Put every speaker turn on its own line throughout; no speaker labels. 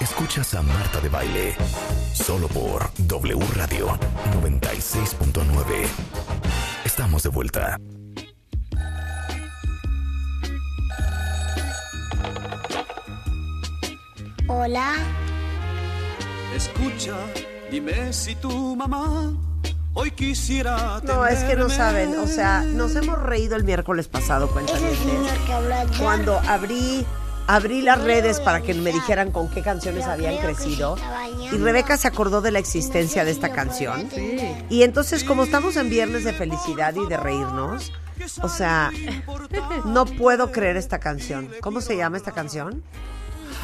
Escuchas a Marta de Baile solo por W Radio 96.9. Estamos de vuelta.
Hola,
Escucha, dime si tu mamá hoy quisiera
No, es que no
tenerme.
saben. O sea, nos hemos reído el miércoles pasado,
es el
cuéntanos.
señor que habla ya.
Cuando abrí, abrí las redes para que me dijeran con qué canciones
Yo
habían
creo que se
crecido.
está bañando.
Y Rebeca se acordó de la existencia de esta canción. Y entonces, como estamos en viernes de felicidad y de reírnos, o sea, no puedo creer esta canción. ¿Cómo se llama esta canción?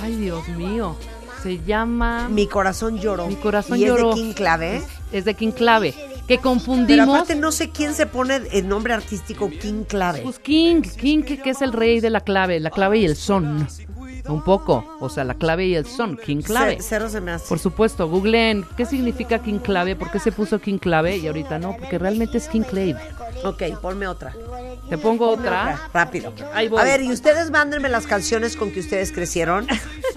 Ay, Dios mío. Se llama...
Mi corazón lloró.
Mi corazón
y
lloró.
es
Pues,
de King Clave.
Es de King Clave. Que
Pero
confundimos...
aparte no sé quién se pone el nombre artístico King Clave.
Pues King, King que, que es el rey de la clave, la clave y el son. Un poco, o sea, la clave y el son, King clave.
Ce- Cero se me hace.
Por supuesto, googleen qué significa King clave, por qué se puso King clave y ahorita no, porque realmente es King clave.
Ok, ponme otra.
Te pongo
Otra,
otra.
Rápido.
Ah, Ahí voy.
A ver, y ustedes mándenme las canciones con que ustedes crecieron.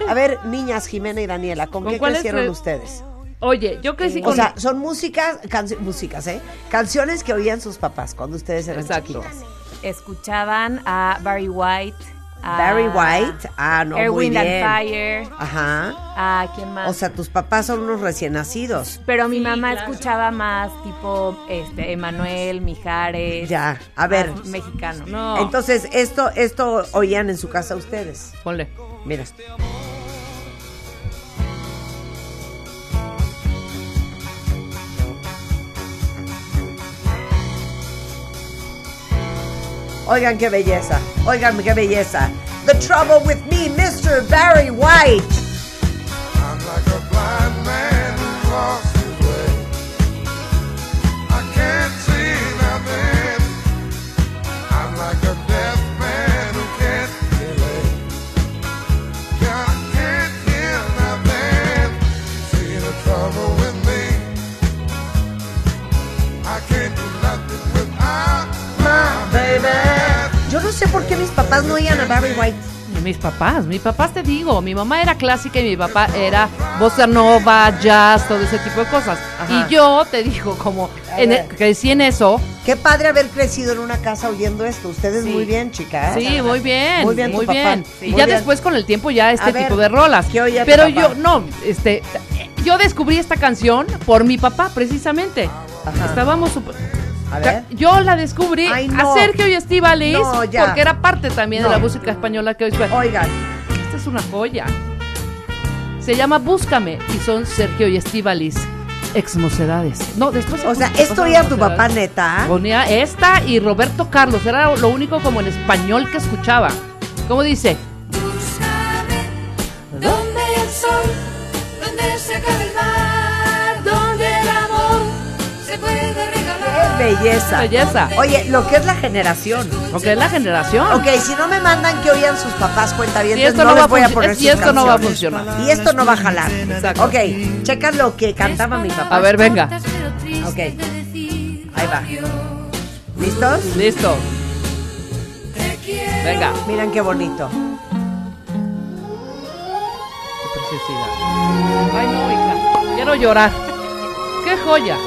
A ver, niñas, Jimena y Daniela, ¿con,
¿Con
qué
cuáles
crecieron
cre-
ustedes? Eh,
Oye, yo crecí con
O sea, son músicas, canci- músicas, ¿eh? Canciones que oían sus papás cuando ustedes eran
Exacto.
chiquitas.
Escuchaban a Barry White. a
Barry White, ah, no,
Air,
muy
Wind
bien.
and Fire.
Ajá.
¿A quién más?
O sea, tus papás son unos recién nacidos.
pero mi mamá escuchaba más tipo este Emanuel, Mijares.
Ya,
Ah,
a ver. Eh,
más Mexicano.
No,
Entonces, esto, esto oían en su casa ustedes.
ponle.
Mira. Oigan qué belleza, oigan qué belleza. The trouble with me, Mr. Barry White.
I'm like a blind man who lost his way. I can't see nothing. I'm like a deaf man who can't hear. I can't hear nothing. See the trouble with me. I can't do nothing without my baby.
Yo no sé por qué mis papás no oían a Barry White.
Mis papás, mis papás te digo, mi mamá era clásica y mi papá era bossa nova, jazz, todo ese tipo de cosas.
Ajá.
Y yo te digo, como
A
en- e
ver.
crecí en eso,
Qué padre haber crecido en una casa oyendo esto. Ustedes
Sí.
muy bien, chicas.
Sí, muy bien,
Muy
muy
bien
bien,
tu papá. Sí.
Y
Muy
ya
bien.
después con el tiempo ya
A
este
ver,
tipo de rolas.
¿qué oía tu
Pero
papá?
yo no, este, yo descubrí esta canción por mi papá precisamente.
Ajá.
Estábamos super-
A ver.
Yo la descubrí
Ay, no.
a Sergio y Estíbaliz
No, ya.
porque era parte también
No.
de la música española que hoy suena.
Oigan,
Esta es una joya. Se llama Búscame y son Sergio y Estíbaliz, ex mocedades. No, después
o sea, esto
ya
oía tu papá neta.
Ponía esta y Roberto Carlos. Era lo único como en español que escuchaba. ¿Cómo dice?
¿Dónde el sol? ¿Dónde se acaba el mar? ¿Dónde el amor se puede regalar?
Qué belleza.
Belleza.
Oye, lo que es la generación.
Porque es la generación.
Ok, si no me mandan que oían sus papás cuenta bien,
Y esto
no,
no
les
va a
voy a
func-
poner
es- y
sus
esto no va a
canciones.
funcionar.
Y esto no va a jalar.
Exacto.
Ok, checa lo que cantaba mi papá.
A ver, venga.
Ok.
Okay. decir
Ahí va.
adiós.
¿Listos?
Listo.
Te quiero.
Venga.
Miren qué bonito.
Qué preciosidad. Ay, no, hija. Quiero llorar. Qué joya.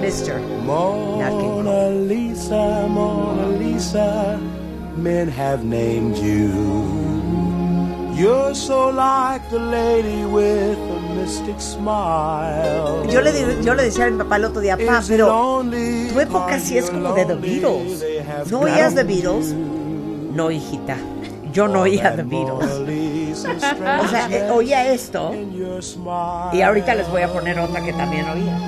Mister.
Mona Lisa, Mona Lisa, men have named you. You're so like the lady with a mystic smile.
Yo le, di- yo le decía a mi papá el otro día, papá, pero tu época sí
casi
es como de The Beatles. ¿No oías The Beatles? No, hijita. Yo no oía The Beatles. O sea, eh, oía esto y ahorita les voy a poner otra que también oía.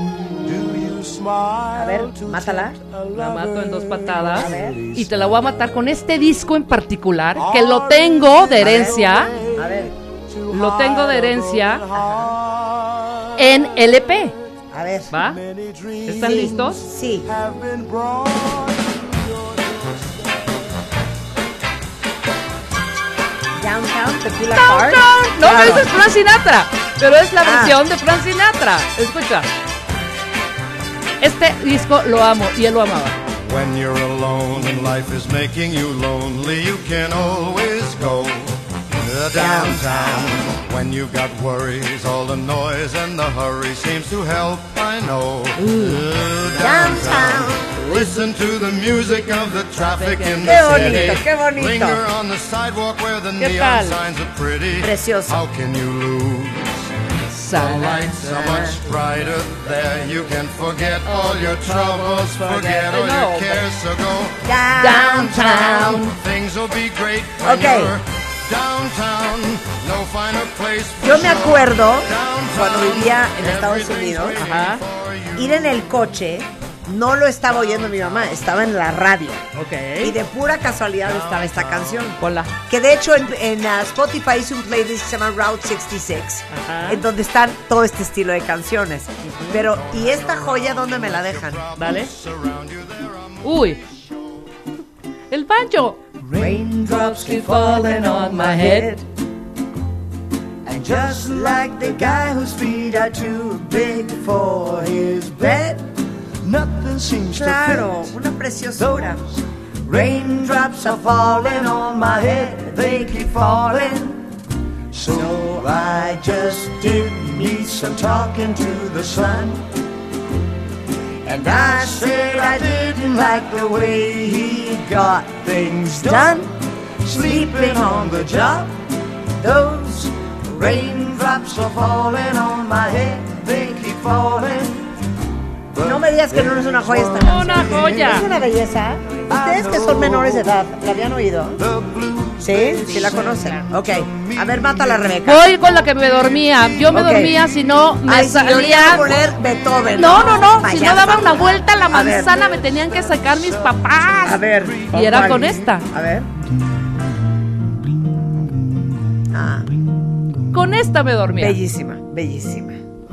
A
A ver, mátala.
La mato en dos patadas.
A ver.
Y te la voy a matar con este disco en particular, que lo tengo de herencia.
A ver,
Lo tengo de herencia en LP.
a ver.
¿Va? ¿Están
Sí,
listos?
Sí. Downtown, Tequila Park.
No,
Claro.
pero esa es Frank Sinatra. Pero es la
Ah.
versión de Frank Sinatra. Escucha. Este disco lo amo y él lo amaba.
When you're alone and life is making you lonely, you can always go downtown. When you've got worries, all the noise and the hurry seems to help, I know. Downtown. Listen to the music of the traffic in
Qué
the
bonito,
city.
qué bonito.
Linger on the sidewalk where the
¿Qué
neon
tal?
signs are pretty.
Precioso.
How can you lose? The lights are much
Ah.
brighter there. You can forget all your troubles, forget all your cares, so go
Downtown.
Things will be great when
Okay.
you're downtown. No finer place for
Yo me
sure.
acuerdo
Downtown,
cuando vivía en Estados
everything's
Unidos,
waiting for you.
ir en el coche, no lo estaba oyendo mi mamá, estaba en la radio. Y
Ok.
de pura casualidad estaba esta canción.
Hola.
Que de hecho en, en, ah, Spotify hice un playlist que se llama Route 66, en donde están todo este estilo de canciones. Pero, ¿y esta joya dónde me la dejan?
Dale. Uy. El banjo.
Raindrops keep falling on my head. And just like the guy whose feet are too big for his bed, nothing seems
Claro,
to fit.
una preciosura.
Raindrops are falling on my head, they keep falling. So I just did me some talking to the sun. And I said I didn't like the way he got things done. Sleeping on the job, those raindrops are falling on my head, they keep falling.
No me digas que no es una joya esta canción.
Una joya.
Es una belleza. Ustedes que son menores de edad, ¿la habían oído? Sí, sí la conocen. Ok, a ver, mata a la Rebeca.
Voy con la que me dormía. Yo me
Ok.
dormía si no me
Ay, si yo le iba
salía.
a poner Beethoven.
No, no, no. Si
Payasa.
no daban la vuelta a la
A ver.
manzana, me tenían que sacar mis papás.
A ver.
Y era con esta.
A ver. Ah,
Con esta me dormía.
bellísima, bellísima.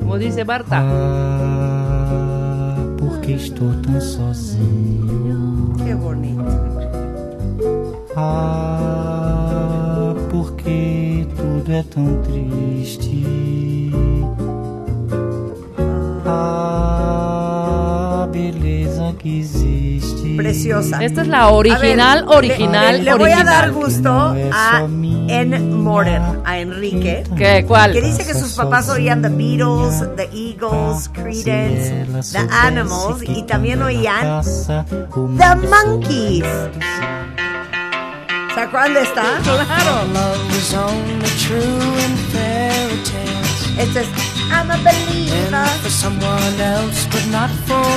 Como dice Barta.
Ah, porque estou tão sozinho.
Qué bonito.
Ah, porque tudo é tão triste. Ah, beleza que existe.
Preciosa.
Esta es la original,
A ver,
original,
le- Le voy a
original.
dar gusto a En Morer, a Enrique.
¿Qué? ¿Cuál?
Que dice que sus papás oían The Beatles, The Eagles, Creedence, The Animals y también oían The Monkeys. ¿Se acuerdan de esta? Esta es I'm a believer.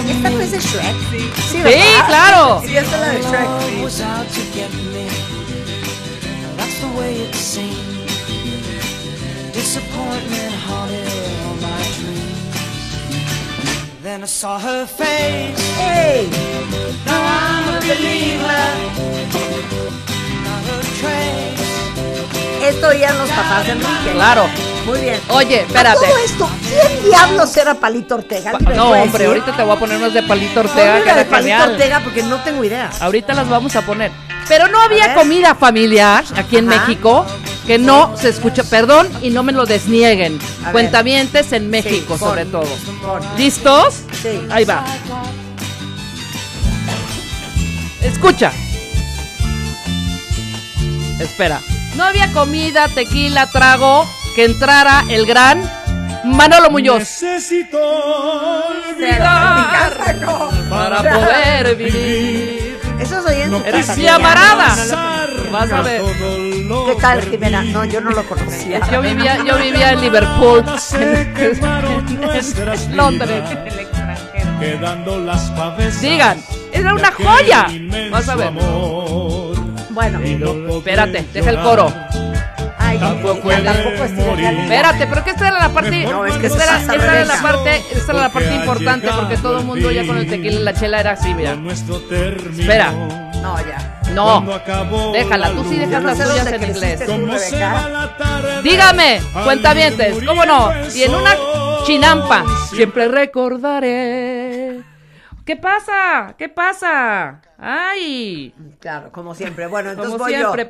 Esta no es de Shrek. Sí,
Sí,
¿verdad?
claro.
Sí, esta es la de Shrek.
Disappointment haunted all my dreams. Then I saw her face.
Hey,
Now I'm a believer. Not a trace.
esto oían los papás de Enrique.
Claro.
Muy bien.
Oye, espérate.
A todo esto, ¿quién diablos era Palito Ortega?
Pa-
¿Alguien me
No,
puede
hombre,
decir?
ahorita te voy a poner unas de Palito
Ponme
Ortega.
Pues una
Que Ah,
de
era
Palito
genial.
Ortega porque no tengo idea.
Ahorita las vamos a poner. Pero no había
ver.
comida familiar aquí en
Ajá.
México que no se escucha. Perdón y no me lo desnieguen.
A ver.
Cuentavientes en México,
pon,
sobre todo.
pon.
¿Listos?
Sí.
Ahí va. Escucha. Espera. No había comida, tequila, trago que entrara el gran Manolo Muñoz
Necesito
olvidar
Carajo.
para poder vivir.
Eso es oían su
Era
casa.
así amarada. Vas a ver.
¿Qué tal, Jimena? No, yo no lo conocía.
Yo vivía, yo vivía en Liverpool.
Se quemaron nuestras
En Londres.
vidas, Quedando las pavesas
Digan, era una
de aquel
joya.
inmenso
Vas a ver.
amor.
Bueno,
Y no podré
Espérate, deja el
llorar.
coro.
ay,
Tampoco
ya
he de
tampoco es
morir.
Espérate, pero que esta era la parte.
No, es que
esta
estás
era,
a
esta era la
rebeca.
parte, esta era la parte
Porque ha
importante
llegado
porque todo el
el
mundo ya con el tequila y la chela era así, mira.
Con nuestro término.
Espera.
No, ya.
No. Déjala, tú sí dejas las tuyas en inglés. Dígame, cuentavientes, ¿cómo no? Y en una chinampa. Siempre recordaré. ¿Qué pasa? ¿Qué pasa? ¡Ay!
Claro, como siempre. Bueno, entonces
Como
voy
siempre,
yo.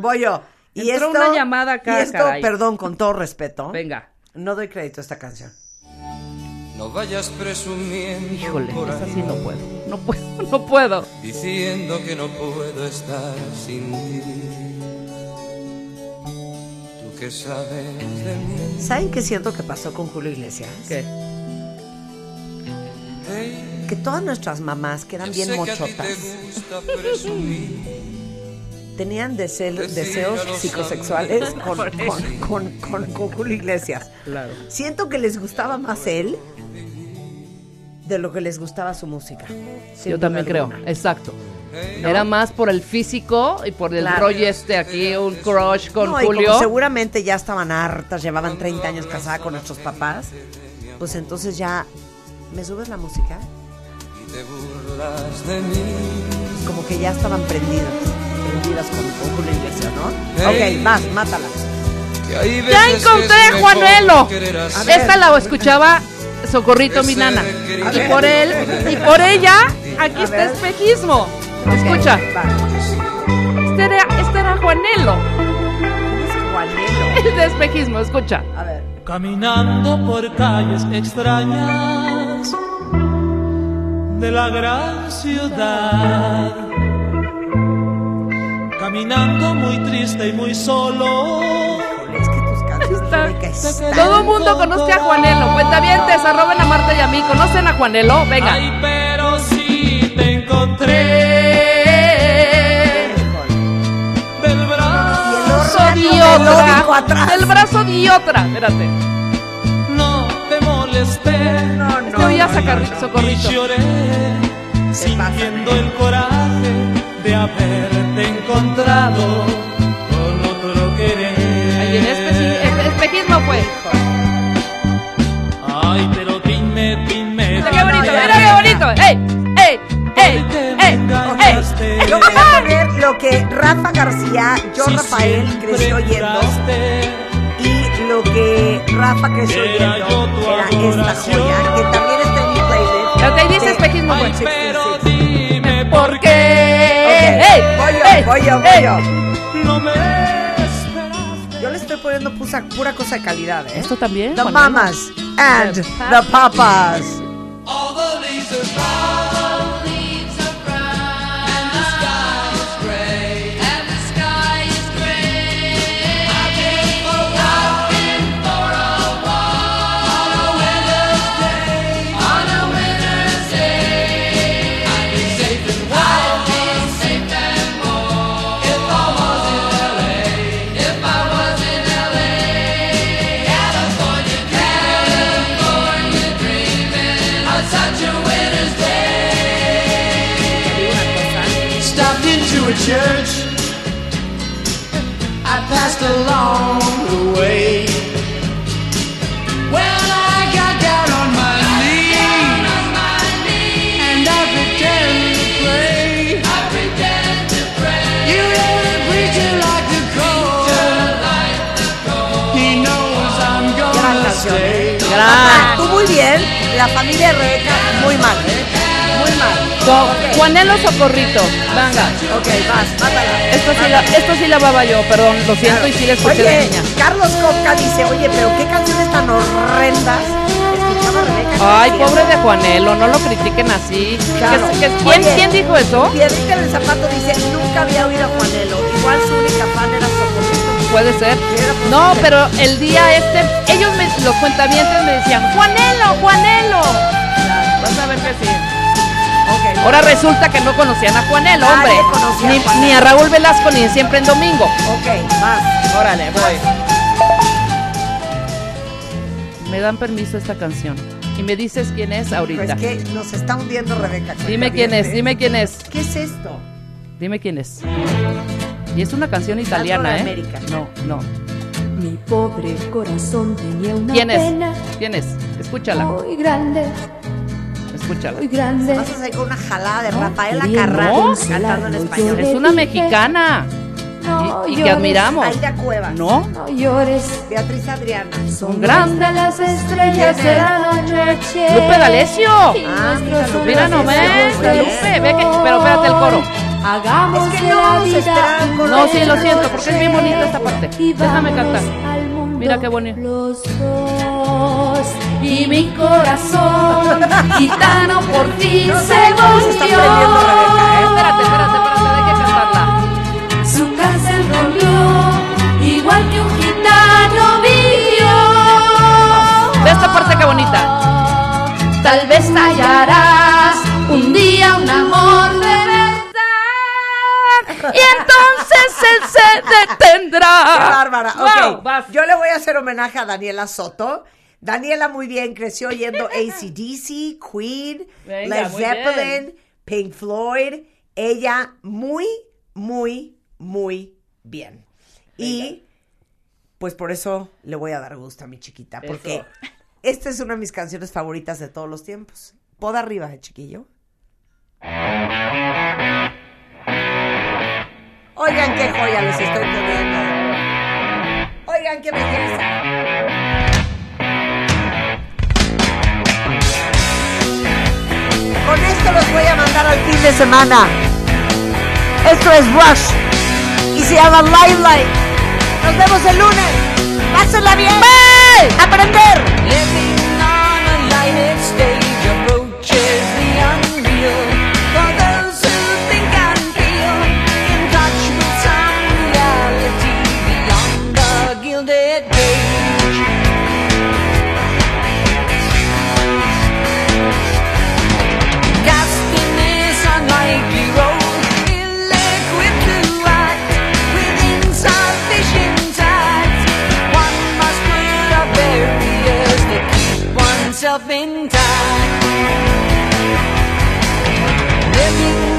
Voy yo. Voy yo. Y
Entró
esto,
una llamada acá,
y esto,
caray.
perdón, con todo respeto.
Venga.
No doy crédito a esta canción.
No vayas presumiendo.
Híjole,
por
esa
ahí,
sí no puedo. No puedo, no puedo.
Diciendo que no puedo estar sin ti. Tú que sabes de mí.
¿Saben qué siento que pasó con Julio Iglesias?
¿Qué?
Que todas nuestras mamás, que eran
Yo
bien
sé que a ti
mochotas,
te gusta presumir.
tenían desel- deseos psicosexuales con,
Por eso.
con- con- con- con Julio Iglesias.
Claro.
Siento que les gustaba más él de lo que les gustaba su música. sin
Yo
duda
también creo,
alguna.
exacto.
¿No?
Era más por el físico y por el
Claro.
rollo este aquí, un crush con
No, y como
Julio.
seguramente ya estaban hartas, llevaban 30 años casadas con nuestros papás. Pues entonces ya, ¿me subes la música?
Y te burlas de mí.
Como que ya estaban prendidas, prendidas con, con Julio Iglesias, ¿no?
Ey.
Ok, vas, mátala.
Que hay veces
Ya
que es
encontré
mejor
Juanelo.
querer
A
así.
ver. Esta la escuchaba Socorrito mi nana. Y por él, y por ella, aquí está espejismo. Escucha. Este era, este era Juanelo. El de espejismo, escucha.
Caminando por calles extrañas de la gran ciudad. Caminando muy triste y muy solo.
Todo el mundo conoce a Juanelo. Cuentavientes, arroben a Marta y a mí. ¿Conocen a Juanelo?
Ay,
Venga.
pero si te encontré.
Eh,
Del brazo
brazo de otra. El brazo de otra. Espérate.
No te molesté. No,
Este oía a Sacarri- Socorrito.
Y lloré sintiendo el coraje de haberte encontrado con otro querer.
Y en eh. espeji- en espejismo pues. fue.
Ay, pero dime, dime.
Mira qué bonito, mira qué bonito. ¡Ey! ¡Ey! ¡Ey! ¡Ey! ¡Ey!
Yo voy a poner lo que Rafa García, yo Rafael, creció oyendo. Y lo que Rafa creció oyendo era esta joya, que también está en mi playlist.
Lo que dice
de
espejismo pues. fue.
Sixty Six.
¿Por qué?
Ok,
¡Ey!
voy yo,
¡Ey!
voy yo, voy
¡Ey!
yo. Yo le estoy poniendo pusa- pura cosa de calidad, ¿eh?
¿Esto también?
The
Juanelo?
mamas and the papas.
All the leaves are brown. And the sky is gray. And the sky is gray. I've been for a walk. On a winter's day. On a winter's day. I'd be safe and warm. If I was in LA. If I was in LA. California dreaming. California dreaming. On such a winter's day. Stopped into a church. I passed along the way. Well, I got down on my knees. And I began to pray. I began to pray. You hear the preacher like the cold. He knows I'm
Gran
gonna
canción.
stay.
¿eh? Rafa, Tú muy bien, la familia de Rebeca muy mal, ¿eh? Muy mal.
So-
Ok.
Juanelo Socorrito. Venga.
Ok, vas, mátala.
Esto sí, la, esto sí la baba yo, perdón, lo siento y sí la escuché de
Oye,
niña.
Carlos Coca dice, oye, pero qué canciones tan horrendas escuchaba Rebeca.
Ay, pobre de Juanelo, no lo critiquen así.
Claro.
Que- que- ¿quién,
Oye,
quién dijo eso?
Piedrita en el zapato dice, nunca había oído a Juanelo. Igual su única fan era Socorrito.
Puede ser. No, pero el día este, ellos me, los cuentamientos me decían, Juanelo, Juanelo. Vas a ver que sí.
Ok.
Ahora resulta que no conocían a Juanelo, hombre.
Nadie conocía a
Ni,
Juanelo.
ni a Raúl Velasco, ni en siempre en domingo.
Ok, vas.
Órale, voy. Me dan permiso esta canción. Y me dices quién es
Pero
ahorita.
es que nos está hundiendo Rebeca.
Dime quién es, dime quién es.
¿Qué es esto?
Dime quién es. Y es una canción italiana,
de
¿eh?
América.
No, no.
Mi pobre corazón tenía una
¿Quién es?
pena
¿Quién es? Escúchala.
muy grande.
Escúchala.
muy grande.
Vas a hacer con una jalada de Rafaela
queriendo
Carrá
¿No?
cantando en español.
Es una mexicana.
No
y que
llores.
admiramos.
Aida Cuevas.
¿No?
No llores,
Beatriz Adriana.
son
Grande.
grandes las estrellas
¿Quién
de
es?
la noche.
Lupe D'Alessio.
Ah, mira,
Mira nomás, Lupe, ve que, pero espérate el coro.
Hagamos
Es que
de
no
la
nos
vida
esperan con
un
No, sí, lo
beso
siento, porque es bien bonita esta parte.
y
Déjame
vámonos
cantar.
al mundo
Mira qué bonito.
Los dos y mi corazón gitano por ti
No
se
sabemos cómo se está
volvió.
prendiendo Rebeca, ¿eh? Espérate, espérate, espérate, deje cantarla.
Su cárcel volvió, igual que un gitano vivió.
Ve esta parte qué bonita.
Tal vez hallarás un día un amor de verdad
Y entonces él se detendrá.
Qué bárbara.
Wow,
Ok,
vas.
Yo le voy a hacer homenaje a Daniela Soto. Daniela muy bien creció yendo ACDC, Queen,
Venga,
Led
muy bien.
Zeppelin, Pink Floyd. Ella muy, muy, muy bien. Y pues por eso le voy a dar gusto a mi chiquita, porque
Eso.
esta es una de mis canciones favoritas de todos los tiempos. Poda arriba, eh, chiquillo. Oigan qué joya les estoy poniendo. Oigan qué belleza. Con esto los voy a mandar al fin de semana. Esto es Rush y se llama Limelight. Nos vemos el lunes. Pásenla bien. Aprender.
Living on a lighted stage approaches the unreal. For those who think and feel in touch with some reality beyond the gilded cage. Cast in this unlikely role, illiquid to act with insufficient tact. One must put up barriers that keep oneself intact. Living